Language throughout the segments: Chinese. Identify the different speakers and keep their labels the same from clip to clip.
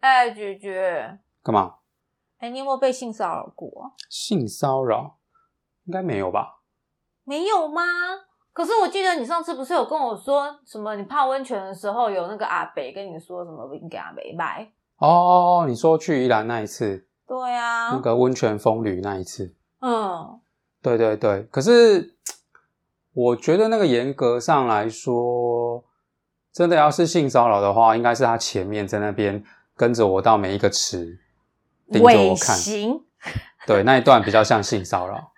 Speaker 1: 哎，咀嚼，
Speaker 2: 干嘛？
Speaker 1: 哎，你有没有被性骚扰过？啊
Speaker 2: 性骚扰应该没有吧？
Speaker 1: 没有吗？可是我记得你上次不是有跟我说什么？你泡温泉的时候有那个阿北跟你说什么？你给阿北拜？
Speaker 2: 哦，你说去宜兰那一次，
Speaker 1: 对呀、
Speaker 2: 那个温泉风旅那一次，
Speaker 1: 嗯，
Speaker 2: 对对对。可是我觉得那个严格上来说，真的要是性骚扰的话，应该是他前面在那边跟着我到每一个池盯着
Speaker 1: 尾
Speaker 2: 我看，
Speaker 1: 行，
Speaker 2: 对那一段比较像性骚扰。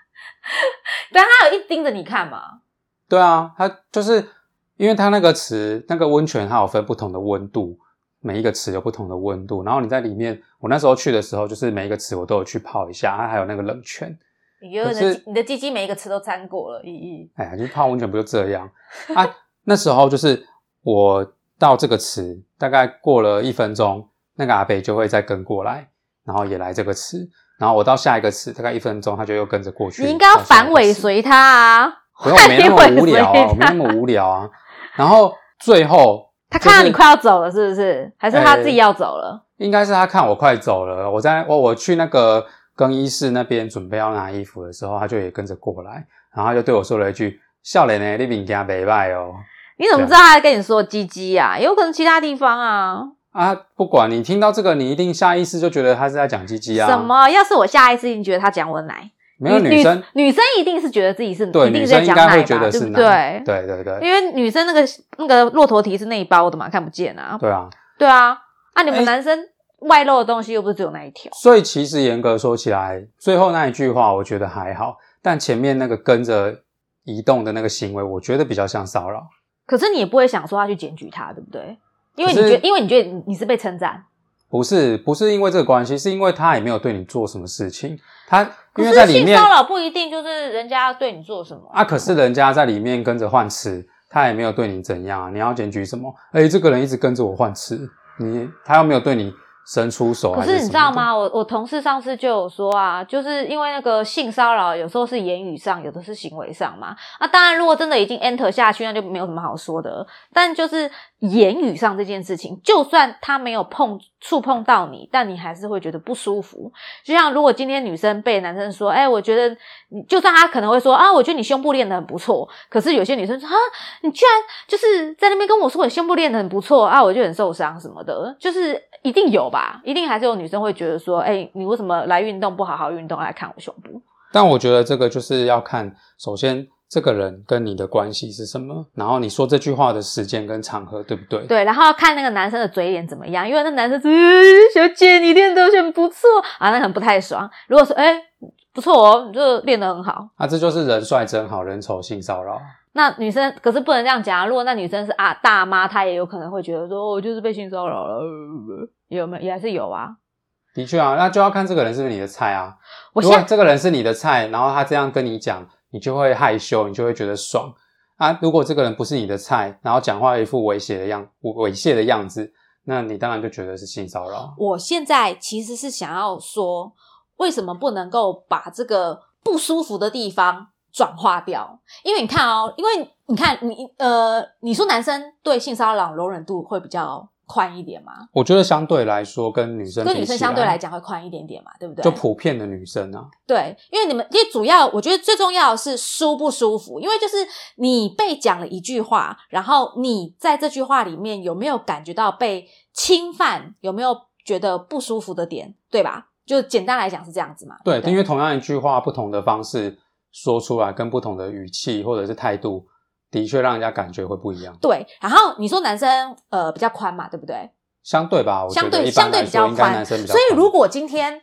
Speaker 1: 但他有一盯着你看嘛？
Speaker 2: 对啊，它就是因为它那个池那个温泉，它有分不同的温度，每一个池有不同的温度。然后你在里面，我那时候去的时候，就是每一个池我都有去泡一下，啊它还有那个冷泉。
Speaker 1: 你有你
Speaker 2: 可
Speaker 1: 的
Speaker 2: 是
Speaker 1: 你的鸡鸡每一个词都沾过了，咦咦，
Speaker 2: 哎呀，就是泡温泉不就这样啊？那时候就是我到这个池，大概过了一分钟，那个阿北就会再跟过来，然后也来这个池。然后我到下一个池，大概一分钟，他就又跟着过去。
Speaker 1: 你应该要
Speaker 2: 到下一
Speaker 1: 反
Speaker 2: 个
Speaker 1: 尾
Speaker 2: 池
Speaker 1: 随他啊！
Speaker 2: 不用，我没 那
Speaker 1: 反尾
Speaker 2: 么无聊
Speaker 1: 随
Speaker 2: 啊，我没
Speaker 1: 他
Speaker 2: 那么无聊啊。然后最后
Speaker 1: 他看到
Speaker 2: 就
Speaker 1: 你
Speaker 2: 是
Speaker 1: 快要走了，是不是？还是他
Speaker 2: 呃
Speaker 1: 自己要走了？
Speaker 2: 应该是他看我快走了，我在我我去那个更衣室那边准备要拿衣服的时候，他就也跟着过来，然后他就对我说了一句：“笑脸呢，你饼家北拜哦。
Speaker 1: 你怎么知道他在跟你说鸡鸡啊？有可能其他地方啊？”
Speaker 2: 啊，不管你听到这个，你一定下意识就觉得他是在讲鸡鸡啊。
Speaker 1: 什？么？要是我下一次，你觉得他讲我奶？
Speaker 2: 没有
Speaker 1: 女
Speaker 2: 女生，
Speaker 1: 女生一定是觉得自己是
Speaker 2: 对
Speaker 1: 一定
Speaker 2: 女
Speaker 1: 是在
Speaker 2: 生应
Speaker 1: 讲奶
Speaker 2: 该
Speaker 1: 吧，
Speaker 2: 会觉得是
Speaker 1: 对不
Speaker 2: 男
Speaker 1: 对？
Speaker 2: 对对对
Speaker 1: 因为女生那个那个骆驼蹄是内包的嘛，看不见啊。
Speaker 2: 对啊！
Speaker 1: 对啊，啊，你们
Speaker 2: 哎
Speaker 1: 男生外露的东西又不是只有那一条。
Speaker 2: 所以其实严格说起来，最后那一句话我觉得还好，但前面那个跟着移动的那个行为，我觉得比较像骚扰。
Speaker 1: 可是你也不会想说要去检举他，对不对？因为你
Speaker 2: 可是
Speaker 1: 觉，因为你觉得你你是被称赞，
Speaker 2: 不是，不是因为这个关系，是因为他也没有对你做什么事情。他因
Speaker 1: 可
Speaker 2: 为在
Speaker 1: 是
Speaker 2: 里
Speaker 1: 性
Speaker 2: 面
Speaker 1: 骚扰不一定就是人家对你做什么
Speaker 2: 啊，可是人家在里面跟着换吃，他也没有对你怎样啊。你要检举什么？哎、这个人一直跟着我换吃，你他又没有对你伸出手
Speaker 1: 可
Speaker 2: 还
Speaker 1: 是
Speaker 2: 是
Speaker 1: 你
Speaker 2: 什么
Speaker 1: 知
Speaker 2: 的
Speaker 1: 道？吗？我我同事上次就有说啊，就是因为那个性骚扰，有时候是言语上，有的是行为上嘛。啊，当然，如果真的已经 enter 下去，那就没有什么好说的了。但就是言语上这件事情，就算他没有碰触碰到你，但你还是会觉得不舒服。就像如果今天女生被男生说，哎、我觉得你，就算他可能会说啊，我觉得你胸部练得很不错，可是有些女生说啊，你居然就是在那边跟我说我胸部练得很不错啊，我就很受伤什么的，就是一定有吧，一定还是有女生会觉得说，哎、你为什么来运动不好好运动来看我胸部？
Speaker 2: 但我觉得这个就是要看，首先这个人跟你的关系是什么，然后你说这句话的时间跟场合对不对？
Speaker 1: 对，然后要看那个男生的嘴脸怎么样，因为那男生说、呃小姐你练得很不错啊，那很不太爽。如果说哎、不错哦，你这练得很好，
Speaker 2: 啊，这就是人帅真好人丑性骚扰。
Speaker 1: 那女生可是不能这样讲啊！如果那女生是啊大妈，她也有可能会觉得说，哦我、就是被性骚扰了，呃有没有？也还是有啊。
Speaker 2: 的确啊，那就要看这个人是不是你的菜啊。
Speaker 1: 我
Speaker 2: 如
Speaker 1: 现
Speaker 2: 果
Speaker 1: 在
Speaker 2: 这个人是你的菜，然后他这样跟你讲，你就会害羞，你就会觉得爽啊。如果这个人不是你的菜，然后讲话一副猥亵的样猥亵的样子，那你当然就觉得是性骚扰。
Speaker 1: 我现在其实是想要说，为什么不能够把这个不舒服的地方转化掉？因为你看哦，因为你看你呃，你说男生对性骚扰容忍度会比较宽一点嘛，
Speaker 2: 我觉得相对来说，跟女生
Speaker 1: 跟
Speaker 2: 比
Speaker 1: 女生
Speaker 2: 起
Speaker 1: 相对来，讲会宽一点点嘛，对不对？
Speaker 2: 就普遍的女生啊，
Speaker 1: 对，因为你们，因为主要我觉得最重要的是舒不舒服，因为就是你被讲了一句话，然后你在这句话里面有没有感觉到被侵犯，有没有觉得不舒服的点，对吧？就简单来讲是这样子嘛。
Speaker 2: 对，
Speaker 1: 不
Speaker 2: 因为同样一句话，不同的方式说出来，跟不同的语气或者是态度，的确让人家感觉会不一样。
Speaker 1: 对，然后你说男生呃比较宽嘛，对不对？
Speaker 2: 相对吧，我觉
Speaker 1: 相
Speaker 2: 得
Speaker 1: 对
Speaker 2: 一般
Speaker 1: 相对
Speaker 2: 来
Speaker 1: 比
Speaker 2: 说
Speaker 1: 较
Speaker 2: 应该
Speaker 1: 宽，
Speaker 2: 男生比较
Speaker 1: 所以
Speaker 2: 宽
Speaker 1: 如果今天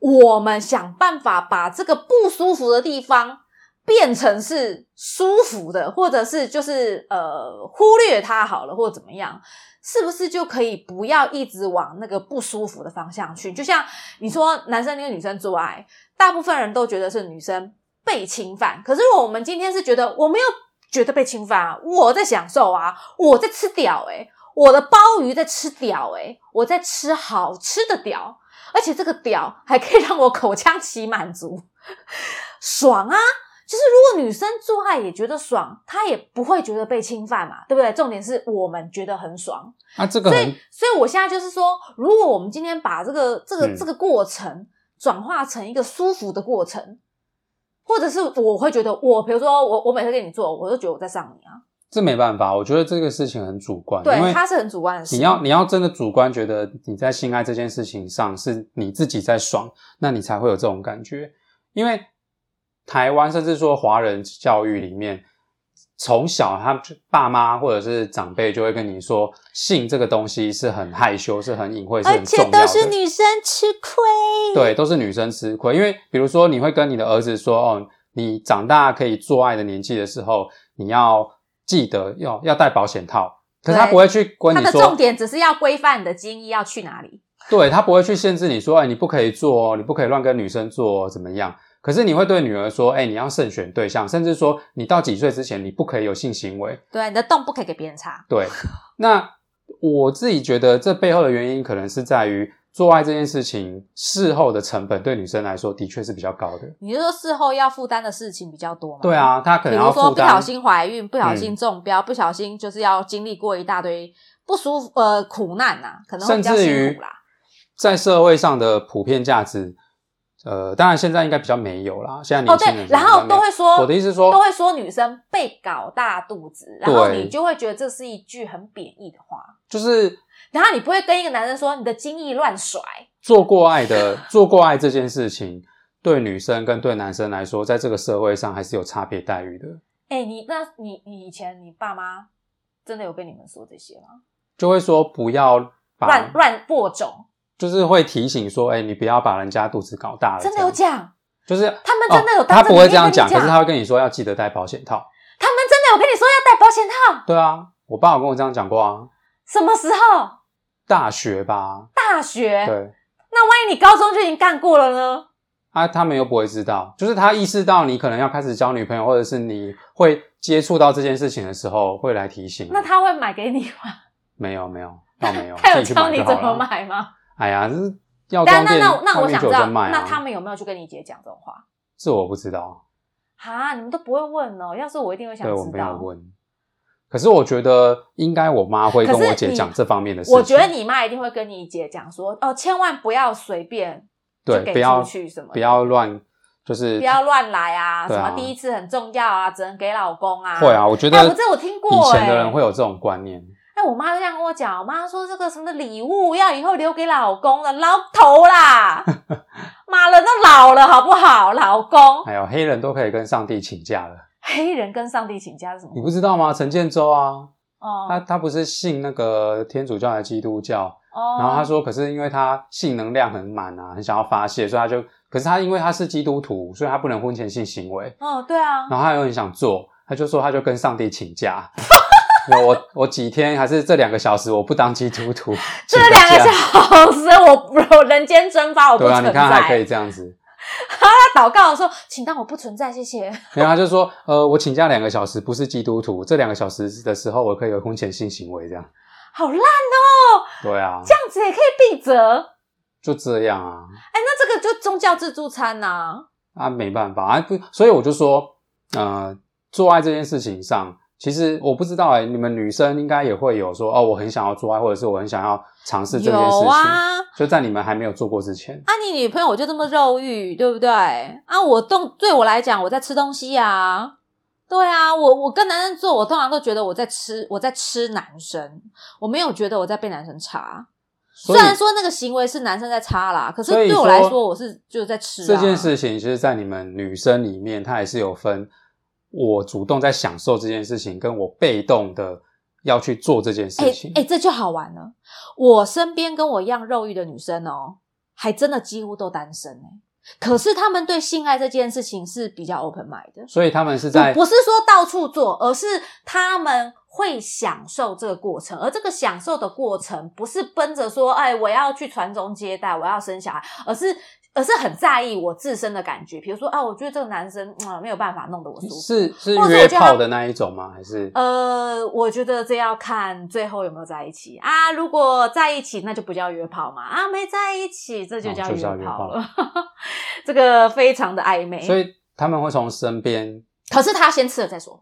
Speaker 1: 我们想办法把这个不舒服的地方变成是舒服的，或者是就是呃忽略它好了，或者怎么样，是不是就可以不要一直往那个不舒服的方向去？就像你说男生跟女生做爱，大部分人都觉得是女生被侵犯，可是如果我们今天是觉得我没有觉得被侵犯啊，我在享受啊，我在吃欸屌诶、我的鲍鱼在吃屌诶、我在吃好吃的屌， 而且这个屌还可以让我口腔期满足，爽啊！就是如果女生做爱也觉得爽，她也不会觉得被侵犯嘛，对不对？重点是我们觉得很爽，
Speaker 2: 啊，这个
Speaker 1: 所
Speaker 2: 很
Speaker 1: 以，所以我现在就是说，如果我们今天把这个这个、
Speaker 2: 嗯
Speaker 1: 这个过程转化成一个舒服的过程，或者是我会觉得我，比如说我我每次跟你做，我都觉得我在上你啊，
Speaker 2: 这没办法，我觉得这个事情很主观，因
Speaker 1: 对，
Speaker 2: 为
Speaker 1: 它是很主观的事。
Speaker 2: 你要你要真的主观觉得你在性爱这件事情上是你自己在爽，那你才会有这种感觉。因为台湾甚至说华人教育里面，从小他就爸妈或者是长辈就会跟你说，性这个东西是很害羞、是很隐晦、是
Speaker 1: 而
Speaker 2: 很
Speaker 1: 且
Speaker 2: 重要的，
Speaker 1: 都是女生吃亏，
Speaker 2: 对，都是女生吃亏。因为比如说，你会跟你的儿子说：“哦，你长大可以做爱的年纪的时候，你要记得要要戴保险套。”可是他
Speaker 1: 对
Speaker 2: 不会去跟
Speaker 1: 它
Speaker 2: 你
Speaker 1: 的
Speaker 2: 说
Speaker 1: 重，点只是要规范你的精液要去哪里。
Speaker 2: 对他不会去限制你说：“哎，你不可以做哦，你不可以乱跟女生做哦，怎么样？”可是你会对女儿说：“哎，你要慎选对象，甚至说你到几岁之前你不可以有性行为。”
Speaker 1: 对，你的洞不可以给别人插。
Speaker 2: 对，那我自己觉得这背后的原因可能是在于做爱这件事情事后的成本对女生来说的确是比较高的。
Speaker 1: 你是说事后要负担的事情比较多吗？
Speaker 2: 对，啊，她
Speaker 1: 比
Speaker 2: 可能
Speaker 1: 如
Speaker 2: 要
Speaker 1: 说
Speaker 2: 负
Speaker 1: 不小
Speaker 2: 担。嗯
Speaker 1: 心怀孕，不小心中标，不小心就是要经历过一大堆不舒服呃苦难呐、可能会
Speaker 2: 甚
Speaker 1: 比较
Speaker 2: 至
Speaker 1: 辛
Speaker 2: 于
Speaker 1: 苦啦。
Speaker 2: 在社会上的普遍价值，呃，当然现在应该比较没有啦。现在
Speaker 1: 哦，
Speaker 2: 年轻人
Speaker 1: 对，
Speaker 2: 比较
Speaker 1: 然后
Speaker 2: 没有
Speaker 1: 都会说，
Speaker 2: 我的意思是说
Speaker 1: 都会说女生被搞大肚子，然后
Speaker 2: 对
Speaker 1: 你就会觉得这是一句很贬义的话，
Speaker 2: 就是
Speaker 1: 然后你不会跟一个男生说你的精液乱甩，
Speaker 2: 做过爱的 做过爱这件事情，对女生跟对男生来说，在这个社会上还是有差别待遇的。
Speaker 1: 哎、你那你你以前你爸妈真的有跟你们说这些吗？
Speaker 2: 就会说不要把
Speaker 1: 乱，乱播种，
Speaker 2: 就是会提醒说，哎、你不要把人家肚子搞大了。
Speaker 1: 真的
Speaker 2: 这
Speaker 1: 有
Speaker 2: 样
Speaker 1: 讲，
Speaker 2: 就是
Speaker 1: 他们真的有
Speaker 2: 哦
Speaker 1: 当
Speaker 2: 他
Speaker 1: 着
Speaker 2: 不
Speaker 1: 你
Speaker 2: 会
Speaker 1: 面
Speaker 2: 这样
Speaker 1: 跟你
Speaker 2: 讲，可
Speaker 1: 讲
Speaker 2: 是他会跟你说要记得戴保险套。
Speaker 1: 他们真的有跟你说要戴保险套，
Speaker 2: 对啊，我爸有跟我这样讲过啊，
Speaker 1: 什么时候？
Speaker 2: 大学吧，
Speaker 1: 大学？
Speaker 2: 对。
Speaker 1: 那万一你高中就已经干过了呢？
Speaker 2: 啊，他们又不会知道，就是他意识到你可能要开始交女朋友，或者是你会接触到这件事情的时候，会来提醒你。
Speaker 1: 那他会买给你吗？
Speaker 2: 没有没有，倒没有，
Speaker 1: 他有
Speaker 2: 哦自己去
Speaker 1: 教
Speaker 2: 买
Speaker 1: 你
Speaker 2: 就
Speaker 1: 怎
Speaker 2: 好
Speaker 1: 么
Speaker 2: 了。
Speaker 1: 买吗？
Speaker 2: 哎呀，这是药
Speaker 1: 但
Speaker 2: 妆
Speaker 1: 那
Speaker 2: 店
Speaker 1: 那那我想知
Speaker 2: 就有在
Speaker 1: 道，
Speaker 2: 卖啊。
Speaker 1: 那他们有没有去跟你姐讲这种话？
Speaker 2: 这我不知道，
Speaker 1: 啊，你们都不会问哦。要是我一定会想
Speaker 2: 对我
Speaker 1: 知
Speaker 2: 没有
Speaker 1: 道。
Speaker 2: 问。可是我觉得应该我妈会跟
Speaker 1: 可是
Speaker 2: 我姐
Speaker 1: 你
Speaker 2: 讲这方面的事情。
Speaker 1: 我觉得你妈一定会跟你姐讲说，哦，千万不要随便就
Speaker 2: 对，
Speaker 1: 给
Speaker 2: 不要
Speaker 1: 出去什么的
Speaker 2: 不要乱，就是
Speaker 1: 不要乱来啊，
Speaker 2: 对
Speaker 1: 什
Speaker 2: 啊
Speaker 1: 么第一次很重要啊，只能给老公啊。
Speaker 2: 会啊，我觉得
Speaker 1: 哎我这我听过
Speaker 2: 以前的
Speaker 1: 哎
Speaker 2: 人会有这种观念。
Speaker 1: 哎，我妈就这样跟我讲，我妈说这个什么礼物要以后留给老公了，老头 啦，妈人都老了好不好？老公，
Speaker 2: 还有哎黑人都可以跟上帝请假了，
Speaker 1: 黑人跟上帝请假是什
Speaker 2: 你
Speaker 1: 么？
Speaker 2: 不知道吗？陈建州啊，
Speaker 1: 哦
Speaker 2: 他他不是信那个天主教还是基督教？
Speaker 1: 哦，
Speaker 2: 然后他说，可是因为他性能量很满啊，很想要发泄，所以他就，可是他因为他是基督徒，所以他不能婚前性行为。
Speaker 1: 哦，对啊，
Speaker 2: 然后他又很想做，他就说他就跟上帝请假。我我我几天还是这两个小时我不当基督 徒，
Speaker 1: 这
Speaker 2: 请个
Speaker 1: 两个
Speaker 2: 假
Speaker 1: 小时我我人间蒸发，我不
Speaker 2: 对啊，
Speaker 1: 存
Speaker 2: 你
Speaker 1: 在。
Speaker 2: 看还可以这样子。
Speaker 1: 他祷告的时候，请当我不存在，谢谢。
Speaker 2: 然后他就说，呃，我请假两个小时，不是基督徒，这两个小时的时候我可以有婚前性行为这样。
Speaker 1: 好烂哦，
Speaker 2: 对啊，
Speaker 1: 这样子也可以避责。
Speaker 2: 就这样啊。
Speaker 1: 哎，那这个就宗教自助餐呐、
Speaker 2: 啊，没办法啊，不，所以我就说，呃，做爱这件事情上，其实我不知道哎、你们女生应该也会有说，哦，我很想要做爱，或者是我很想要尝试这件事
Speaker 1: 有
Speaker 2: 情，
Speaker 1: 啊，
Speaker 2: 就在你们还没有做过之前，
Speaker 1: 啊，你女朋友就这么肉欲，对不对？啊，我动对我来讲，我在吃东西啊。对啊，我我跟男生做，我通常都觉得我在吃，我在吃男生，我没有觉得我在被男生插。
Speaker 2: 所
Speaker 1: 虽
Speaker 2: 以
Speaker 1: 然说那个行为是男生在插啦，可是
Speaker 2: 所以
Speaker 1: 对我来
Speaker 2: 说
Speaker 1: 说，我是就是在吃、啊、
Speaker 2: 这件事情，其实，在你们女生里面，它也是有分，我主动在享受这件事情，跟我被动的要去做这件事
Speaker 1: 哎
Speaker 2: 情。
Speaker 1: 哎，这就好玩了。我身边跟我一样肉欲的女生哦，还真的几乎都单身哎、可是她们对性爱这件事情是比较 open mind 的，
Speaker 2: 所以他们是在
Speaker 1: 不不是说到处做，而是他们会享受这个过程，而这个享受的过程不是奔着说，哎，我要去传宗接代，我要生小孩，而是而是很在意我自身的感觉，比如说啊，我觉得这个男生啊、嗯没有办法弄得我舒服。
Speaker 2: 是是
Speaker 1: 或者我
Speaker 2: 约
Speaker 1: 觉得他
Speaker 2: 炮的那一种吗？还是
Speaker 1: 呃，我觉得这要看最后有没有在一起啊。如果在一起，那就不叫约炮嘛。啊，没在一起，这就
Speaker 2: 哦
Speaker 1: 叫
Speaker 2: 就叫
Speaker 1: 约
Speaker 2: 约
Speaker 1: 炮
Speaker 2: 炮
Speaker 1: 了。这个非常的暧昧。
Speaker 2: 所以他们会从身边，
Speaker 1: 可是他先吃了再说。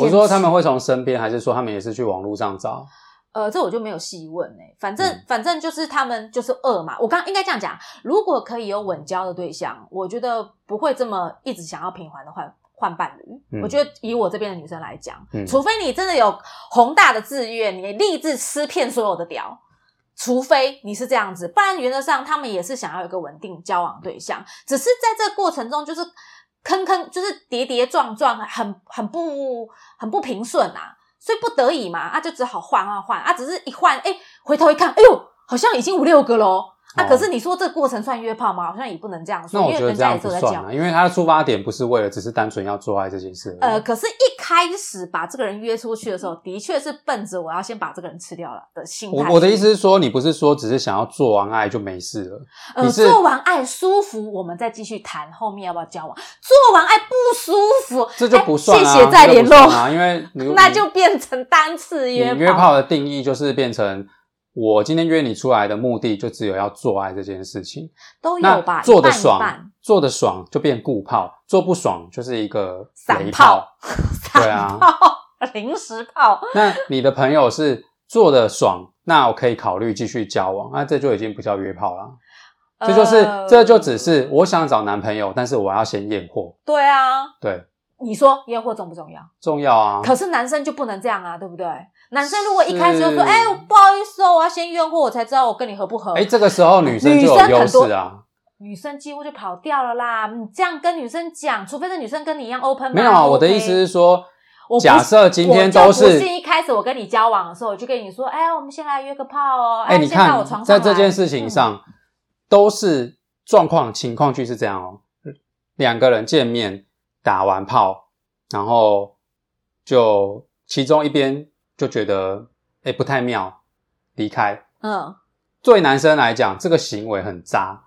Speaker 2: 我说他
Speaker 1: 们。
Speaker 2: 们会从身边，还是说他们也是去网络上找？
Speaker 1: 呃，这我就没有细问哎、反正、
Speaker 2: 嗯
Speaker 1: 反正就是他们就是饿嘛。我刚应该这样讲，如果可以有稳交的对象，我觉得不会这么一直想要频繁的换换伴侣。
Speaker 2: 嗯
Speaker 1: 我觉得以我这边的女生来讲，
Speaker 2: 嗯
Speaker 1: 除非你真的有宏大的志愿，你立志吃遍所有的屌。除非你是这样子，不然原则上他们也是想要有一个稳定交往对象，只是在这个过程中就是坑坑，就是跌跌撞撞，很很不很不平顺啊。所以不得已嘛，啊就只好换换换啊，只是一换，哎、回头一看，哎呦，好像已经五六个喽。啊，
Speaker 2: 哦
Speaker 1: 可是你说这个过程算约炮吗？好像也不能这样说，
Speaker 2: 那我
Speaker 1: 因
Speaker 2: 觉
Speaker 1: 为人
Speaker 2: 得这
Speaker 1: 家也
Speaker 2: 样
Speaker 1: 是有
Speaker 2: 不
Speaker 1: 在
Speaker 2: 算啊
Speaker 1: 交。
Speaker 2: 了，因为他的出发点不是为了只是单纯要做爱这件事。
Speaker 1: 呃，，可是，一开始把这个人约出去的时候，的确是奔着我要先把这个人吃掉了的心态
Speaker 2: 我
Speaker 1: 去。
Speaker 2: 我的意思是说，你不是说只是想要做完爱就没事了？
Speaker 1: 呃，
Speaker 2: 你是
Speaker 1: 做完爱舒服，我们再继续谈后面要不要交往。做完爱不舒服，
Speaker 2: 这就
Speaker 1: 哎
Speaker 2: 不算啊，
Speaker 1: 谢谢再联络
Speaker 2: 这就不算啊，因为 你
Speaker 1: 那就变成单次
Speaker 2: 你
Speaker 1: 约
Speaker 2: 你约炮的定义就是变成我今天约你出来的目的就只有要做爱这件事情，
Speaker 1: 都
Speaker 2: 那
Speaker 1: 有吧，
Speaker 2: 做的
Speaker 1: 一
Speaker 2: 爽
Speaker 1: 半一半
Speaker 2: 做的爽就变固炮，做不爽就是一个
Speaker 1: 散
Speaker 2: 雷
Speaker 1: 炮
Speaker 2: 炮。，
Speaker 1: 散
Speaker 2: 对啊
Speaker 1: 炮， 临时炮。
Speaker 2: 那你的朋友是做的爽，那我可以考虑继续交往，那这就已经不叫约炮啦。这就是，
Speaker 1: 呃
Speaker 2: 这就只是我想找男朋友，但是我要先验货，
Speaker 1: 对啊。
Speaker 2: 对，
Speaker 1: 你说验货重不重要？
Speaker 2: 重要啊。
Speaker 1: 可是男生就不能这样啊，对不对？男生如果一开始就说：“
Speaker 2: 是
Speaker 1: 哎、我不好意思哦，我要先验货，我才知道我跟你合不合。
Speaker 2: 哎，这个时候女生就有
Speaker 1: 女生
Speaker 2: 优
Speaker 1: 很多
Speaker 2: 势啊，
Speaker 1: 女生几乎就跑掉了啦。你这样跟女生讲，除非这女生跟你一样 open，
Speaker 2: 没有啊。
Speaker 1: mind，
Speaker 2: 我的
Speaker 1: OK
Speaker 2: 意思是，说
Speaker 1: 我，不
Speaker 2: 假设今天都
Speaker 1: 我就不
Speaker 2: 是
Speaker 1: 信一开始我跟你交往的时候，我就跟你说：“哎、我们先来约个炮哦。
Speaker 2: 哎、
Speaker 1: 哎，
Speaker 2: 你
Speaker 1: 先到
Speaker 2: 看
Speaker 1: 我床，上
Speaker 2: 在
Speaker 1: 来嗯
Speaker 2: 这件事情上，都是状况情况剧是这样哦。两个人见面打完炮，然后就其中一边就觉得哎、不太妙，离开。
Speaker 1: 嗯，
Speaker 2: 作为男生来讲，这个行为很渣，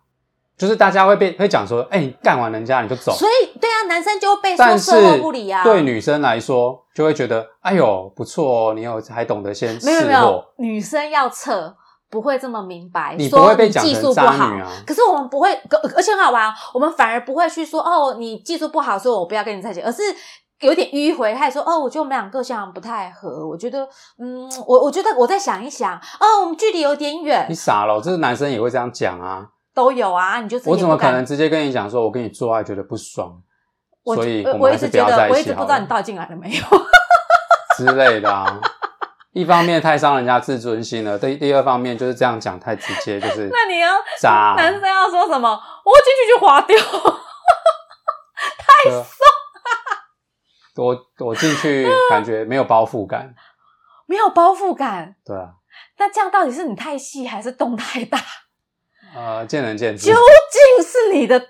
Speaker 2: 就是大家会被会讲说，哎、你干完人家你就走
Speaker 1: 嗯，。所以对啊，男生就会被说
Speaker 2: 但是
Speaker 1: 售后不理啊。
Speaker 2: 对女生来说，就会觉得哎呦不错哦，你有还懂得先
Speaker 1: 没有
Speaker 2: 试
Speaker 1: 没有
Speaker 2: 货，，
Speaker 1: 女生要测不会这么明白，
Speaker 2: 你不
Speaker 1: 说
Speaker 2: 会被讲
Speaker 1: 技术
Speaker 2: 成
Speaker 1: 不
Speaker 2: 渣
Speaker 1: 好
Speaker 2: 女。啊。
Speaker 1: 可是我们不会，可而且很好玩哦，我们反而不会去说哦，你技术不好，所以我不要跟你在一起，而是有点迂回，还说哦，我觉得我们两个像不太合，我觉得嗯，我我觉得我再想一想，哦，我们距离有点远
Speaker 2: 你，傻了，这是男生也会这样讲啊！
Speaker 1: 都有啊，你就自己
Speaker 2: 我怎
Speaker 1: 也
Speaker 2: 么
Speaker 1: 不敢
Speaker 2: 可能？直接跟你讲说，我跟你做爱觉得不爽，
Speaker 1: 我
Speaker 2: 所以
Speaker 1: 呃
Speaker 2: 我
Speaker 1: 我
Speaker 2: 们还
Speaker 1: 一
Speaker 2: 是
Speaker 1: 直
Speaker 2: 不
Speaker 1: 觉
Speaker 2: 要在
Speaker 1: 得，
Speaker 2: 一
Speaker 1: 我一
Speaker 2: 起
Speaker 1: 直不
Speaker 2: 好
Speaker 1: 知道你
Speaker 2: 了
Speaker 1: 到底进来了 没有。
Speaker 2: 之类的啊。一方面太伤人家自尊心了，第第二方面就是这样讲太直接，就是
Speaker 1: 那你要
Speaker 2: 渣啊
Speaker 1: 男生要说什么？我进去就划掉。
Speaker 2: 太松。啊我我进去感觉没有包袱感，
Speaker 1: 没有包袱感。
Speaker 2: 对啊，
Speaker 1: 那这样到底是你太细还是洞太大？
Speaker 2: 呃，见仁见智
Speaker 1: 究。竟是你的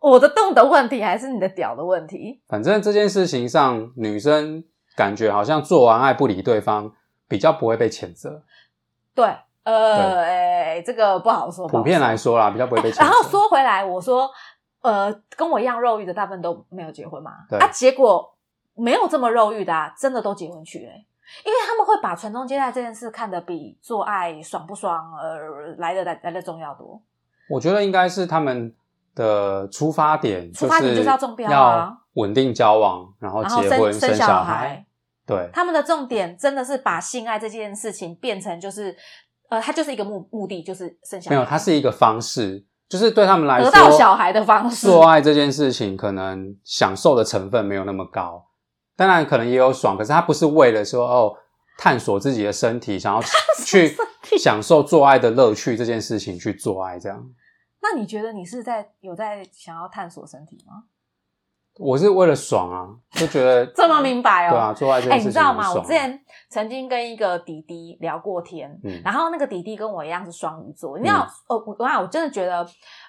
Speaker 1: 我的洞的问题，还是你的屌的问题？
Speaker 2: 反正这件事情上，女生感觉好像做完爱不理对方，比较不会被谴责。
Speaker 1: 对，呃，哎、这个不好说。不好
Speaker 2: 普遍
Speaker 1: 说
Speaker 2: 来说啦，比较不会被谴责。
Speaker 1: 然后说回来，我说，呃，跟我一样肉欲的大部分都没有结婚嘛，
Speaker 2: 对
Speaker 1: 啊，结果没有这么肉欲的、啊，真的都结婚去了、欸因为他们会把传宗接代这件事看得比做爱爽不爽，呃，来的来来的重要多。
Speaker 2: 我觉得应该是他们的出发点，
Speaker 1: 出发点就是要中标啊
Speaker 2: 要稳定交往，然后
Speaker 1: 然后
Speaker 2: 哦结
Speaker 1: 生
Speaker 2: 婚
Speaker 1: 生
Speaker 2: 小
Speaker 1: 孩，
Speaker 2: 对，
Speaker 1: 他们的重点真的是把性爱这件事情变成就是，呃，它就是一个目目的，就是生小孩。
Speaker 2: 没有，它是一个方式，就是对他们来说，
Speaker 1: 得到小孩的方式
Speaker 2: 做爱这件事情，可能享受的成分没有那么高，当然可能也有爽，可是他不是为了说哦探索自己的身体，想要去享受做爱的乐趣这件事情去做爱这样。
Speaker 1: 那你觉得你是在有在想要探索身体吗？
Speaker 2: 我是为了爽啊，就觉得
Speaker 1: 这么明白哦
Speaker 2: 对啊，做爱这
Speaker 1: 哎、
Speaker 2: 件
Speaker 1: 你
Speaker 2: 事情很
Speaker 1: 知道
Speaker 2: 爽
Speaker 1: 吗？
Speaker 2: 啊、
Speaker 1: 我之前曾经跟一个弟弟聊过天，
Speaker 2: 嗯
Speaker 1: 然后那个弟弟跟我一样是双鱼座。你知道，呃，我我我真的觉得，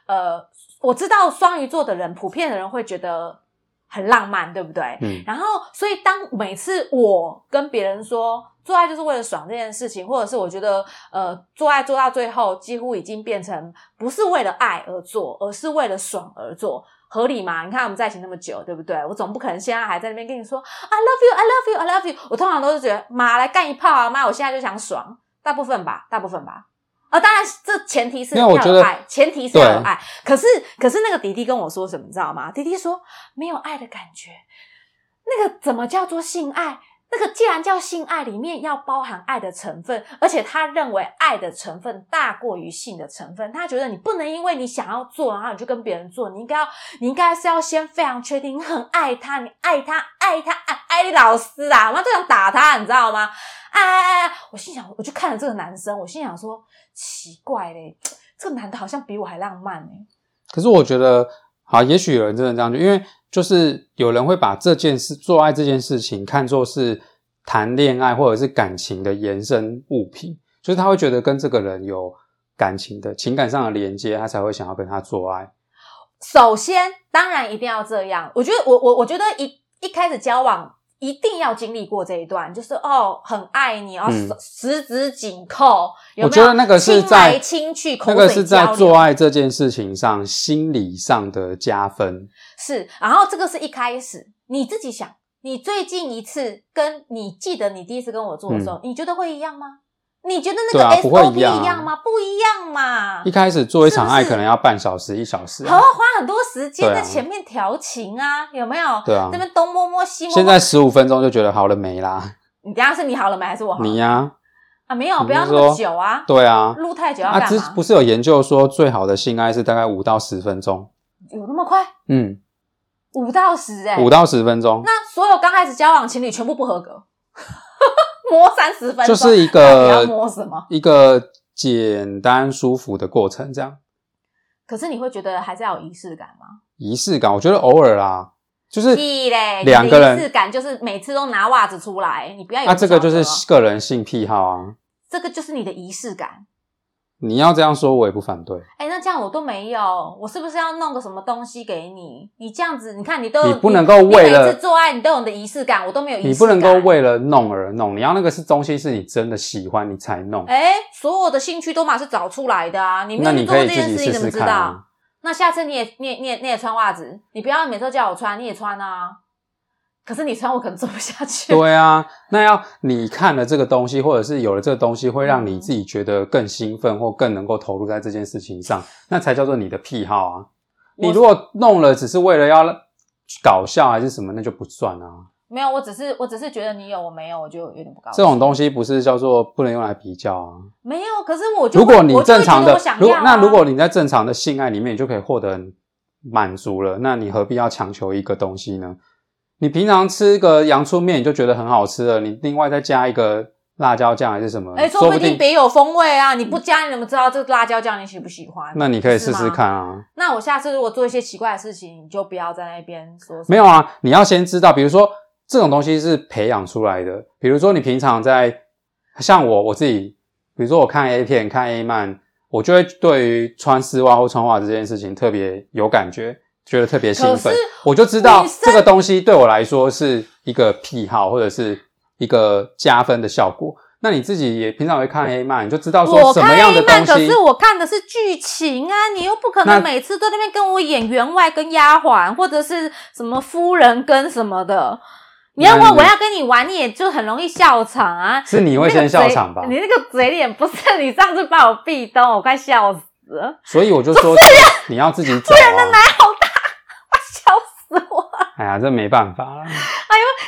Speaker 1: 呃，我知道双鱼座的人，普遍的人会觉得很浪漫，对不对？
Speaker 2: 嗯，
Speaker 1: 然后，所以当每次我跟别人说做爱就是为了爽这件事情，或者是我觉得呃做爱做到最后几乎已经变成不是为了爱而做，而是为了爽而做，合理吗？你看我们在一起那么久，对不对？我总不可能现在还在那边跟你说 I love you, I 啊 love you, I love you。我通常都是觉得妈来干一炮啊，妈我现在就想爽，大部分吧，大部分吧。啊，啊、当然，这前提是
Speaker 2: 因
Speaker 1: 要
Speaker 2: 为我觉
Speaker 1: 有
Speaker 2: 得
Speaker 1: 爱，前提是要有
Speaker 2: 对
Speaker 1: 爱。可是，可是那个迪迪跟我说什么，你知道吗？迪迪说没有爱的感觉，那个怎么叫做性爱？那个既然叫性爱，里面要包含爱的成分，而且他认为爱的成分大过于性的成分。他觉得你不能因为你想要做，然后你就跟别人做，你应该要，你应该是要先非常确定你很爱他，你爱他，爱他，爱爱你老师啊！我就想打他，你知道吗？哎哎哎！我心想，我就看了这个男生，我心想说，奇怪嘞，这个男的好像比我还浪漫哎。
Speaker 2: 可是我觉得，好，也许有人真的这样觉得，因为就是有人会把这件事做爱这件事情看作是谈恋爱或者是感情的延伸物品，就是他会觉得跟这个人有感情的情感上的连接，他才会想要跟他做爱。
Speaker 1: 首先，当然一定要这样。我觉得，我我我觉得一一开始交往一定要经历过这一段，就是哦，很爱你，然后
Speaker 2: 嗯
Speaker 1: 十十指紧扣，有没有
Speaker 2: 我觉得那个是
Speaker 1: 亲来
Speaker 2: 在
Speaker 1: 亲去，口水
Speaker 2: 那个是在
Speaker 1: 交流
Speaker 2: 做爱这件事情上心理上的加分。
Speaker 1: 是，然后这个是一开始你自己想，你最近一次跟你记得你第一次跟我做的时候，你觉得会一样吗？你觉得那
Speaker 2: 嗯对
Speaker 1: 个
Speaker 2: 啊不
Speaker 1: SOP、
Speaker 2: 会一
Speaker 1: 一
Speaker 2: 样啊
Speaker 1: 样吗？不一样嘛
Speaker 2: 一。开始做一场
Speaker 1: 是
Speaker 2: 爱
Speaker 1: 不是哦
Speaker 2: 可能要半小时一小时、
Speaker 1: 好
Speaker 2: 啊
Speaker 1: 要，花很多时间
Speaker 2: 对啊
Speaker 1: 在前面调情啊，有没有？
Speaker 2: 对啊
Speaker 1: 这边东摸摸西摸摸。
Speaker 2: 现在十五分钟就觉得好了没啦？
Speaker 1: 你等一下是你好了没，还是我好了？
Speaker 2: 你呀、
Speaker 1: 啊，没有，
Speaker 2: 你
Speaker 1: 不要
Speaker 2: 是
Speaker 1: 那么
Speaker 2: 说
Speaker 1: 久啊，
Speaker 2: 对啊，
Speaker 1: 录太久要
Speaker 2: 啊，
Speaker 1: 干
Speaker 2: 之
Speaker 1: 嘛
Speaker 2: 不？是有研究说最好的性爱是大概五到十分钟，
Speaker 1: 有那么快？
Speaker 2: 嗯，
Speaker 1: 五到十哎、
Speaker 2: 五到十分钟，
Speaker 1: 那所有刚开始交往情侣全部不合格， 磨三十分钟，
Speaker 2: 就是一
Speaker 1: 到
Speaker 2: 个
Speaker 1: 底要摸什么？
Speaker 2: 一个简单舒服的过程，这样
Speaker 1: 可是你会觉得还是要有仪式感吗？
Speaker 2: 仪式感，我觉得偶尔啦，就是
Speaker 1: 屁嘞，你的
Speaker 2: 两个
Speaker 1: 仪式
Speaker 2: 人，
Speaker 1: 感就是每次都拿袜子出来，你不要有不哦
Speaker 2: 啊，这个就
Speaker 1: 晓得
Speaker 2: 是个人性癖好啊，
Speaker 1: 这个就是你的仪式感。
Speaker 2: 你要这样说，我也不反对，
Speaker 1: 哎，那这样我都没有，我是不是要弄个什么东西给你？你这样子，你看你都有
Speaker 2: 你不能够为
Speaker 1: 你每
Speaker 2: 了
Speaker 1: 次做爱，你都有你的仪式感，我都没有仪式感。
Speaker 2: 你不能够为了弄而弄，你要那个是东西是你真的喜欢你才弄，
Speaker 1: 哎，所有的兴趣都嘛是找出来的啊！你没
Speaker 2: 那
Speaker 1: 有去
Speaker 2: 你
Speaker 1: 做过
Speaker 2: 可以
Speaker 1: 这
Speaker 2: 自
Speaker 1: 件
Speaker 2: 己
Speaker 1: 事，你
Speaker 2: 试
Speaker 1: 怎么
Speaker 2: 试
Speaker 1: 知
Speaker 2: 看
Speaker 1: 道
Speaker 2: 啊？。
Speaker 1: 那下次你也你也你也你也穿袜子，你不要每次都叫我穿，你也穿啊。可是你穿我可能做不下 去。
Speaker 2: 对啊，那要你看了这个东西，或者是有了这个东西，会让你自己觉得更兴奋，或更能够投入在这件事情上，那才叫做你的癖好啊。
Speaker 1: 我
Speaker 2: 你如果弄了只是为了要搞笑还是什么，那就不算啊。
Speaker 1: 没有，我只是我只是觉得你有我没有，我就有点不高兴。
Speaker 2: 这种东西不是叫做不能用来比较啊。
Speaker 1: 没有，可是我就
Speaker 2: 如
Speaker 1: 会
Speaker 2: 果你
Speaker 1: 我就会
Speaker 2: 正常
Speaker 1: 觉得
Speaker 2: 的
Speaker 1: 我，想
Speaker 2: 如果
Speaker 1: 要啊
Speaker 2: 那如果你在正常的性爱里面，你就可以获得满足了，那你何必要强求一个东西呢？你平常吃个洋葱面，你就觉得很好吃了，你另外再加一个辣椒酱还是什么，
Speaker 1: 哎，说
Speaker 2: 嗯说
Speaker 1: 不
Speaker 2: 不
Speaker 1: 定
Speaker 2: 定
Speaker 1: 别有风味啊！你不加，你怎么知道这个辣椒酱你喜不喜欢？
Speaker 2: 那你可以试
Speaker 1: 是
Speaker 2: 试
Speaker 1: 吗
Speaker 2: 看啊。
Speaker 1: 那我下次如果做一些奇怪的事情，你就不要在那边说什么
Speaker 2: 没有啊，你要先知道，比如说这种东西是培养出来的，比如说你平常在像我我自己，比如说我看 A 片、看 A 漫，我就会对于穿丝袜或穿袜子这件事情特别有感觉，觉得特别兴
Speaker 1: 可
Speaker 2: 奋
Speaker 1: 是，
Speaker 2: 我就知道
Speaker 1: 女生
Speaker 2: 这个东西对我来说是一个癖好或者是一个加分的效果。那你自己也平常会看 A 漫，你就知道说
Speaker 1: 我
Speaker 2: 什么
Speaker 1: 看
Speaker 2: 样的
Speaker 1: A 漫，
Speaker 2: 东
Speaker 1: 可
Speaker 2: 西
Speaker 1: 是我看的是剧情啊，你又不可
Speaker 2: 那
Speaker 1: 能每次都在那边跟我演员外跟丫鬟，或者是什么夫人跟什么的。你要
Speaker 2: 那
Speaker 1: 问
Speaker 2: 你
Speaker 1: 我要跟你玩，你也就很容易笑场啊。
Speaker 2: 是你会
Speaker 1: 那个
Speaker 2: 先笑
Speaker 1: 嘴
Speaker 2: 场吧？
Speaker 1: 你那个嘴脸不是你上次把我壁咚，我快笑死了，
Speaker 2: 所以我就说你要自己找啊。
Speaker 1: 笑死我。
Speaker 2: 哎呀，这没办法啦。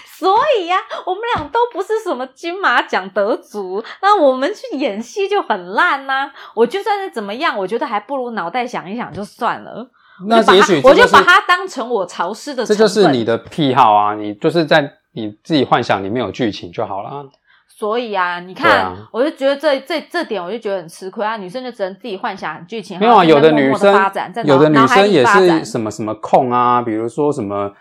Speaker 1: 所以呀、我们俩都不是什么金马奖得主，那我们去演戏就很烂呐、我就算是怎么样，我觉得还不如脑袋想一想就算了。
Speaker 2: 那也许
Speaker 1: 我
Speaker 2: 这
Speaker 1: 就
Speaker 2: 就是
Speaker 1: 把它当成我潮湿的
Speaker 2: 这
Speaker 1: 成
Speaker 2: 就
Speaker 1: 分，
Speaker 2: 是你的癖好啊，你就是在你自己幻想里面有剧情就好了。啊
Speaker 1: 所以啊，你
Speaker 2: 对
Speaker 1: 看，
Speaker 2: 啊
Speaker 1: 我就觉得这这这点我就觉得很吃亏啊。女生就只能自己幻想剧情，
Speaker 2: 没有啊，
Speaker 1: 然后
Speaker 2: 有
Speaker 1: 在那
Speaker 2: 的
Speaker 1: 边默
Speaker 2: 女
Speaker 1: 默
Speaker 2: 生
Speaker 1: 地发展，在，脑
Speaker 2: 有的女
Speaker 1: 脑海
Speaker 2: 生
Speaker 1: 里
Speaker 2: 也
Speaker 1: 发展
Speaker 2: 是什么什么控啊，比如说什么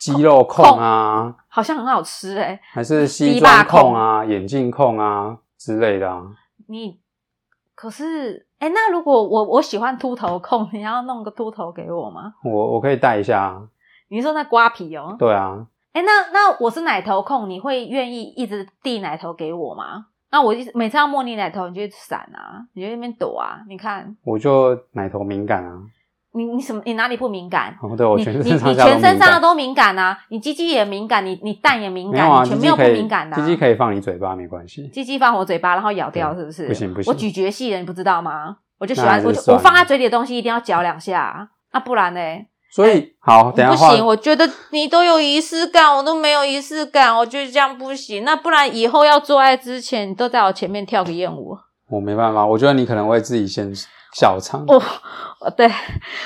Speaker 2: 肌肉控啊，
Speaker 1: 好像很好吃哎、
Speaker 2: 还是西
Speaker 1: 堤坝
Speaker 2: 装控啊、眼镜控啊之类的啊。
Speaker 1: 你可是哎、那如果我我喜欢秃头控，你要弄个秃头给我吗？
Speaker 2: 我我可以带一下啊，
Speaker 1: 你说那瓜皮哦、
Speaker 2: 对啊，
Speaker 1: 哎，那那我是奶头控，你会愿意一直递奶头给我吗？那我一直每次要摸你奶头，你就一直闪啊，你就在那边躲啊。你看，
Speaker 2: 我就奶头敏感啊，
Speaker 3: 你你什么你哪里不敏感？
Speaker 2: 哦，对我
Speaker 3: 你
Speaker 2: 全
Speaker 3: 你
Speaker 2: 身上
Speaker 3: 你
Speaker 2: 下都
Speaker 3: 全身上
Speaker 2: 敏
Speaker 3: 下
Speaker 2: 感。
Speaker 3: 都敏感啊，你鸡鸡也敏感，你你蛋也敏
Speaker 2: 没
Speaker 3: 感，
Speaker 2: 有啊，
Speaker 3: 你
Speaker 2: 鸡
Speaker 3: 全没
Speaker 2: 鸡
Speaker 3: 有不
Speaker 2: 可以，
Speaker 3: 敏感的、啊。
Speaker 2: 鸡鸡可以放你嘴巴，没关 系。
Speaker 3: 鸡鸡放我嘴巴，然后咬掉，
Speaker 2: 对
Speaker 3: 是不是？
Speaker 2: 不行不
Speaker 3: 我
Speaker 2: 行
Speaker 3: 咀嚼系的，你不知道吗？我就喜
Speaker 2: 那
Speaker 3: 欢，
Speaker 2: 还是
Speaker 3: 我就
Speaker 2: 算
Speaker 3: 我
Speaker 2: 了
Speaker 3: 放在嘴里的东西一定要嚼两下啊，那不然呢？
Speaker 2: 所以好，哦等一
Speaker 3: 不
Speaker 2: 下话
Speaker 3: 行，我觉得你都有仪式感，我都没有仪式感，我觉得这样不行。那不然以后要做爱之前，你都在我前面跳个艳舞。
Speaker 2: 我没办法，我觉得你可能会自己先笑场。
Speaker 1: 哦
Speaker 3: 我、我哦对，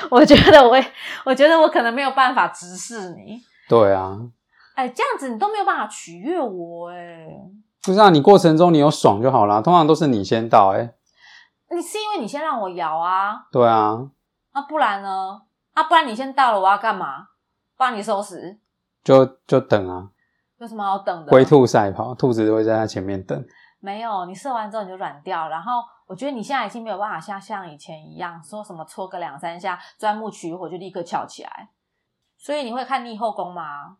Speaker 3: 我觉得我也，我觉得我可能没有办法直视你。
Speaker 2: 对啊，
Speaker 1: 哎，这样子你都没有办法取悦我哎。
Speaker 2: 不是啊，你过程中你有爽就好啦。通常都是你先到、欸，哎，
Speaker 1: 你是因为你先让我摇啊，
Speaker 2: 对啊，
Speaker 1: 那不然呢？啊，不然你先到了，我要干嘛？帮你收拾，
Speaker 2: 就就等啊，
Speaker 1: 有什么好等的？
Speaker 2: 龟兔赛跑，兔子都会在他前面等。
Speaker 1: 没有，你射完之后你就软掉，然后我觉得你现在已经没有办法像像以前一样说什么搓个两三下钻木取火就立刻翘起来，所以你会看逆后宫吗？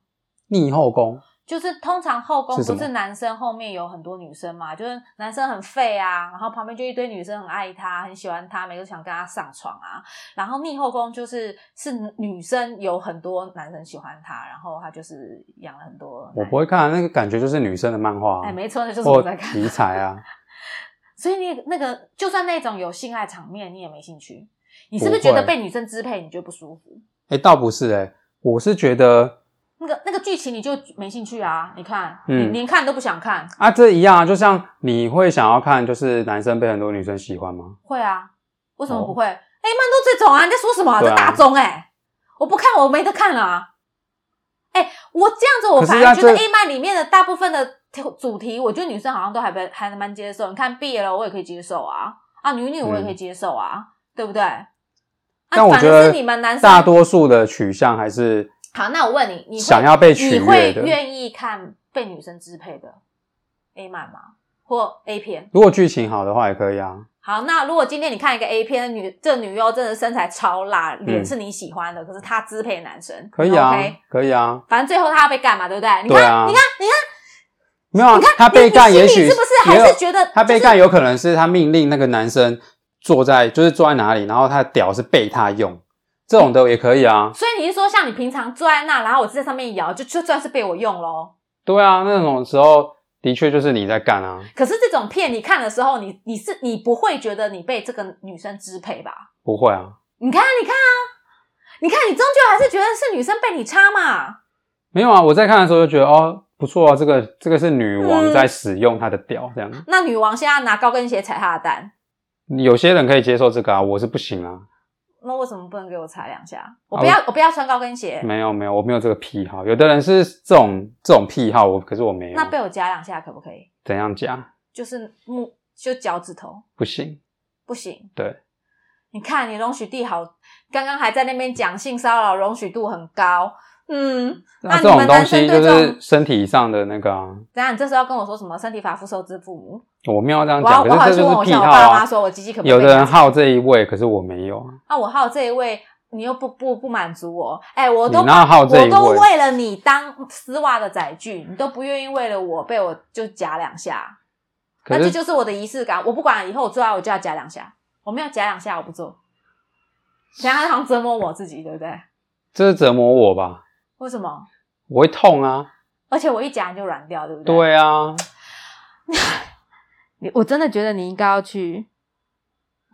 Speaker 2: 逆后宫，
Speaker 1: 就是通常后宫
Speaker 2: 是什
Speaker 1: 不
Speaker 2: 么
Speaker 1: 是男生后面有很多女生嘛，就是男生很废啊，然后旁边就一堆女生很爱他，很喜欢他，每个都想跟他上床啊。然后逆后宫就是是女生有很多男生喜欢他，然后他就是养了很多。
Speaker 2: 我不，会看啊、那个感觉就是女生的漫画、啊，
Speaker 1: 哎，没错，那就是
Speaker 2: 或
Speaker 1: 我在看
Speaker 2: 题材啊，
Speaker 1: 所以你那个就算那种有性爱场面，你也没兴趣。你是不是
Speaker 2: 不
Speaker 1: 觉
Speaker 2: 会
Speaker 1: 得被女生支配，你觉得不舒服？
Speaker 2: 哎、倒不是哎、我是觉得
Speaker 1: 那个那个剧情你就没兴趣啊！你看，
Speaker 2: 嗯
Speaker 1: 你连看都不想看，
Speaker 2: 啊，这一样啊，就像你会想要看，就是男生被很多女生喜欢吗？
Speaker 1: 会啊？为什么
Speaker 2: 哦
Speaker 1: 不会？哎、曼都这种啊！你在说什么、啊？
Speaker 2: 对
Speaker 1: 这
Speaker 2: 啊
Speaker 1: 大宗哎、我不看，我没得看了、啊。哎、我这样子，我
Speaker 2: 可是
Speaker 1: 反
Speaker 2: 啊
Speaker 1: 而觉得
Speaker 2: 这
Speaker 1: A 漫里面的大部分的主题，我觉得女生好像都还蛮还蛮接受。你看 BL 我也可以接受啊，啊女女我也可以接受啊，对不对？啊
Speaker 2: 嗯但我
Speaker 1: 反
Speaker 2: 觉
Speaker 1: 而
Speaker 2: 得
Speaker 1: 是你们男生
Speaker 2: 大多数的取向还是
Speaker 1: 好，那我问你，你会
Speaker 2: 想要被取
Speaker 1: 你会
Speaker 2: 悦的。
Speaker 1: 愿意看被女生支配的 A 漫吗？或 A 片？
Speaker 2: 如果剧情好的话也可以啊，
Speaker 1: 好，那如果今天你看一个 A 片，女这女优真的身材超辣，脸
Speaker 2: 嗯
Speaker 1: 是你喜欢的，可是她支配男生，
Speaker 2: 可以
Speaker 1: o
Speaker 2: 啊
Speaker 1: k
Speaker 2: 可以啊，
Speaker 1: 反正最后她要被干嘛，对不对？你看，
Speaker 2: 对啊
Speaker 1: 你看，你看，
Speaker 2: 没有啊
Speaker 1: 你看，
Speaker 2: 他被
Speaker 1: 你
Speaker 2: 干
Speaker 1: 你心
Speaker 2: 也
Speaker 1: 里
Speaker 2: 许
Speaker 1: 是不是还
Speaker 2: 也有
Speaker 1: 是觉得
Speaker 2: 他被
Speaker 1: 就是
Speaker 2: 干有可能是他命令那个男生坐在就是坐在哪里，然后他的屌是被他用，这种的也可以啊。
Speaker 1: 所以你是说像你平常坐在那，然后我在上面摇，就就算是被我用喽。
Speaker 2: 对啊，那种时候的确就是你在干啊，
Speaker 1: 可是这种片你看的时候，你你是你不会觉得你被这个女生支配吧？
Speaker 2: 不会啊，
Speaker 1: 你看，你看啊，你看，你终究还是觉得是女生被你插嘛。
Speaker 2: 没有啊。我在看的时候就觉得哦不错啊，这个这个是女
Speaker 1: 嗯
Speaker 2: 王在使用她的屌这样。
Speaker 1: 那女王现在拿高跟鞋踩她的蛋，
Speaker 2: 有些人可以接受这个啊，我是不行啊，
Speaker 1: 那为什么不能给我踩两下？我
Speaker 2: 好
Speaker 1: 不要，我不要穿高跟鞋。
Speaker 2: 没有没有，我没有这个癖好。有的人是这种这种癖好，我可是我没有
Speaker 1: 那。被我夹两下可不可以？
Speaker 2: 怎样讲
Speaker 1: 就是木，就脚趾头
Speaker 2: 不行？
Speaker 1: 不行。
Speaker 2: 对，
Speaker 1: 你看你容许地好，刚刚还在那边讲性骚扰容许度很高。嗯，那
Speaker 2: 那
Speaker 1: 你
Speaker 2: 这种
Speaker 1: 们
Speaker 2: 东
Speaker 1: 男生
Speaker 2: 西
Speaker 1: 对
Speaker 2: 就
Speaker 1: 这种
Speaker 2: 是身体上的那个、啊，
Speaker 1: 等一下你这时候要跟我说什么身体发肤受之父母？
Speaker 2: 我没有这样
Speaker 1: 我要
Speaker 2: 嗯
Speaker 1: 我
Speaker 2: 讲，
Speaker 1: 好像
Speaker 2: 可是
Speaker 1: 去
Speaker 2: 这
Speaker 1: 问
Speaker 2: 就是
Speaker 1: 我
Speaker 2: 癖
Speaker 1: 像我
Speaker 2: 好
Speaker 1: 爸
Speaker 2: 啊
Speaker 1: 妈。说我鸡鸡可不可以
Speaker 2: 有
Speaker 1: 被
Speaker 2: 的
Speaker 1: 这
Speaker 2: 人
Speaker 1: 样
Speaker 2: 好这一位，可是我没有啊。
Speaker 1: 啊，我还有这一位，你又不不不满足我，哎、我都
Speaker 2: 你哪有好这
Speaker 1: 我
Speaker 2: 一
Speaker 1: 都
Speaker 2: 位
Speaker 1: 为了你当丝袜的载具，你都不愿意为了我被我就夹两下，那
Speaker 2: 可
Speaker 1: 这
Speaker 2: 是
Speaker 1: 就是我的仪式感。我不管，以后我做爱我就要夹两下，我没有夹两下我不做。想想好像折磨我自己，对不对？
Speaker 2: 这是折磨我吧？
Speaker 1: 为什么？
Speaker 2: 我会痛 啊。
Speaker 1: 而且我一夹你就软掉，对不对？
Speaker 2: 对啊，
Speaker 1: 对，我真的觉得你应该要去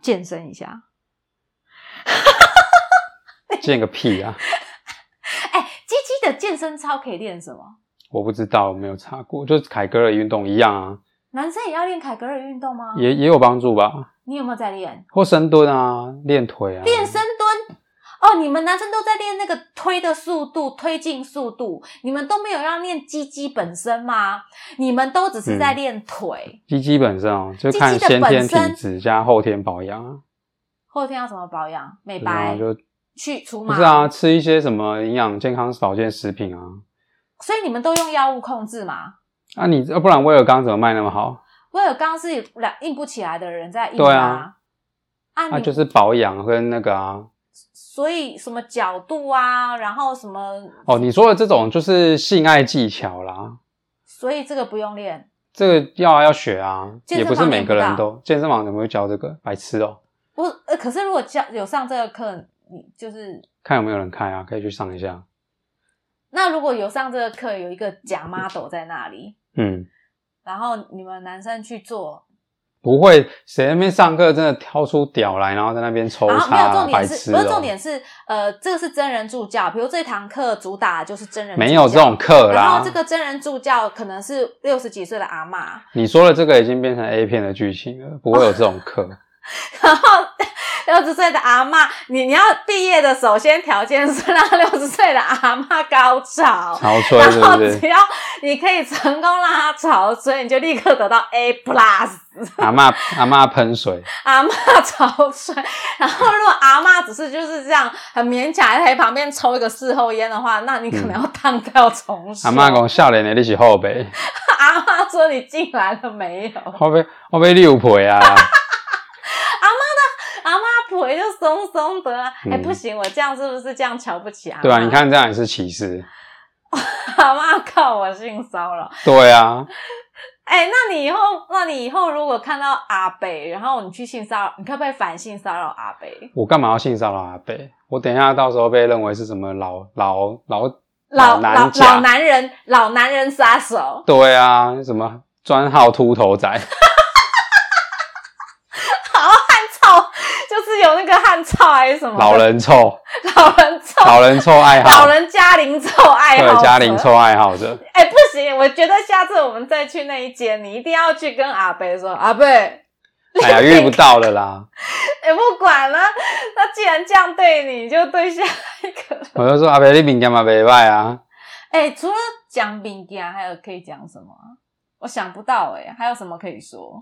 Speaker 1: 健身一下。
Speaker 2: 见个屁啊！
Speaker 1: 哎、鸡鸡的健身操可以练什么？
Speaker 2: 我不知道，我没有查过，就是凯格尔运动一样啊，
Speaker 1: 男生也要练凯格尔运动吗？
Speaker 2: 也也有帮助吧？
Speaker 1: 你有没有在练？
Speaker 2: 或深蹲啊，练腿啊，
Speaker 1: 练深蹲哦，你们男生都在练那个推的速度、推进速度，你们都没有要练鸡鸡本身吗？你们都只是
Speaker 2: 嗯
Speaker 1: 在练腿。
Speaker 2: 鸡鸡本身哦，就
Speaker 1: 鸡鸡
Speaker 2: 看
Speaker 1: 的
Speaker 2: 先
Speaker 1: 本
Speaker 2: 天体
Speaker 1: 身
Speaker 2: 质加后天保养啊。
Speaker 1: 后天要怎么保养？美
Speaker 2: 然
Speaker 1: 白
Speaker 2: 后、啊就
Speaker 1: 去除
Speaker 2: 不
Speaker 1: 毛？
Speaker 2: 是啊，吃一些什么营养健康保健食品啊。
Speaker 1: 所以你们都用药物控制嘛？
Speaker 2: 啊你，要不然威尔刚怎么卖那么好？
Speaker 1: 威尔刚是两硬不起来的人在硬
Speaker 2: 对啊
Speaker 1: 啊你
Speaker 2: 啊，就是保养跟那个啊。
Speaker 1: 所以什么角度啊，然后什么
Speaker 2: 哦，你说的这种就是性爱技巧啦，
Speaker 1: 所以这个不用练。
Speaker 2: 这个要啊要学啊，
Speaker 1: 健
Speaker 2: 也
Speaker 1: 身
Speaker 2: 不是
Speaker 1: 房
Speaker 2: 每
Speaker 1: 练
Speaker 2: 个
Speaker 1: 不
Speaker 2: 人
Speaker 1: 到
Speaker 2: 都健身房怎么会教这个？白痴哦、
Speaker 1: 我呃，可是如果教有上这个课，你就是
Speaker 2: 看有没有人开啊，可以去上一下。
Speaker 1: 那如果有上这个课，有一个假 model 在那里，
Speaker 2: 嗯，
Speaker 1: 然后你们男生去做，
Speaker 2: 不会，谁在那边上课真的挑出屌来，然后在那边抽
Speaker 1: 然啊后没有
Speaker 2: 插，
Speaker 1: 重
Speaker 2: 白
Speaker 1: 点
Speaker 2: 痴
Speaker 1: 是，
Speaker 2: 哦、
Speaker 1: 不是重点是，呃，这个是真人助教，比如这堂课主打的就是真人助教，
Speaker 2: 没有这种课
Speaker 1: 然
Speaker 2: 啦
Speaker 1: 后。这个真人助教可能是六十几岁的阿嬷，
Speaker 2: 你说的这个已经变成 A 片的剧情了，不会有这种课。
Speaker 1: 然后六十岁的阿嬷，你你要毕业的首先条件是让 六十岁的阿嬷高潮。
Speaker 2: 潮吹
Speaker 1: 然
Speaker 2: 啊对
Speaker 1: 后
Speaker 2: 不
Speaker 1: 只
Speaker 2: 对？
Speaker 1: 要你可以成功让他潮吹，你就立刻得到 A plus。
Speaker 2: 阿嬷阿嬷喷水，
Speaker 1: 阿嬷潮水，然后如果阿嬷只是就是这样很勉强在旁边抽一个事后烟的话，那你可能要烫掉重手。
Speaker 2: 阿嬷讲笑脸的你是后辈，
Speaker 1: 阿嬷说你进来了没 有？
Speaker 2: 后辈后辈六陪 啊，
Speaker 1: 阿嬷腿就松松的、啊，哎、
Speaker 2: 嗯
Speaker 1: 不行，我这样是不是这样瞧不起阿嬷？
Speaker 2: 对吧、啊你看这样也是歧视，
Speaker 1: 阿嬷靠我性骚扰。
Speaker 2: 对啊，
Speaker 1: 哎、那你以后，那你以后如果看到阿北，然后你去性骚扰，你可不可以反性骚扰阿北？
Speaker 2: 我干嘛要性骚扰阿贝？我等一下到时候被认为是什么老老老
Speaker 1: 老老
Speaker 2: 男
Speaker 1: 老
Speaker 2: 甲，
Speaker 1: 男人，老男人杀手。
Speaker 2: 对啊，什么专号秃头仔，
Speaker 1: 汉操，就是有那个汉操还是什么的
Speaker 2: 老人 臭，
Speaker 1: 老人臭，
Speaker 2: 老人臭爱
Speaker 1: 哦老
Speaker 2: 好，
Speaker 1: 人家庭臭爱好，
Speaker 2: 对家庭。臭爱 好者，
Speaker 1: 哎、不行，我觉得下次我们再去那一间，你一定要去跟阿贝说， 阿贝，
Speaker 2: 哎呀，遇不到了啦，
Speaker 1: 哎、不管了，他既然这样对你，你就对下一个。
Speaker 2: 我就说阿贝你饼干嘛袂歹啊，
Speaker 1: 哎、除了讲饼干，还有可以讲什么啊？我想不到哎、还有什么可以说？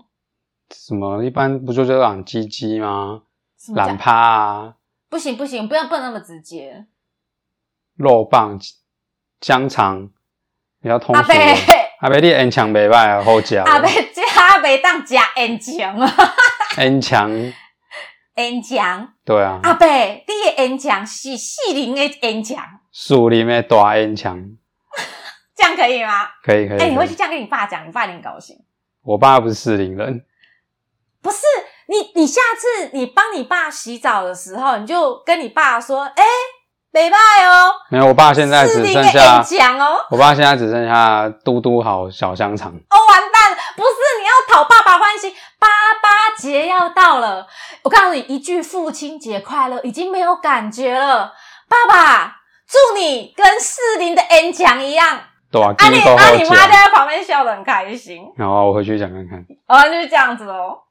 Speaker 2: 什么一般不就就懒鸡鸡吗？
Speaker 1: 什么
Speaker 2: 懒
Speaker 1: 讲？
Speaker 2: 趴啊，
Speaker 1: 不行不行，不要不能那么直接。
Speaker 2: 肉棒、香肠比较通
Speaker 1: 阿
Speaker 2: 俗
Speaker 1: 贝
Speaker 2: 的。阿伯，你烟肠袂歹啊，好食。
Speaker 1: 阿贝，这阿贝当假烟强啊，
Speaker 2: 烟肠，
Speaker 1: 烟强。
Speaker 2: 对啊，
Speaker 1: 阿伯，你的烟枪是四零的烟枪，
Speaker 2: 树林的大烟肠，
Speaker 1: 这样可以吗？
Speaker 2: 可以可以。
Speaker 1: 哎、你
Speaker 2: 可
Speaker 1: 会
Speaker 2: 以
Speaker 1: 去这样跟你爸讲，你爸一定很高兴。
Speaker 2: 我爸不是四零人，
Speaker 1: 不是你，你下次你帮你爸洗澡的时候，你就跟你爸说：“哎、北拜哦，
Speaker 2: 没有，我爸现在
Speaker 1: 四
Speaker 2: 只
Speaker 1: 零
Speaker 2: 剩
Speaker 1: 的
Speaker 2: 下
Speaker 1: 烟，枪哦。
Speaker 2: 我爸现在只剩下嘟嘟好小香肠。”
Speaker 1: 哦，完蛋了！不是你要讨爸爸欢心，爸爸节要到了。我告诉你，一句父亲节快乐已经没有感觉了。爸爸，祝你跟四零的烟枪一样。
Speaker 2: 对啊，
Speaker 1: 啊
Speaker 2: 金
Speaker 1: 你
Speaker 2: 够
Speaker 1: 啊
Speaker 2: 好
Speaker 1: 你
Speaker 2: 吃
Speaker 1: 妈就在旁边笑得很开心。
Speaker 2: 然后我回去讲看看。
Speaker 1: 哦，就是这样子哦。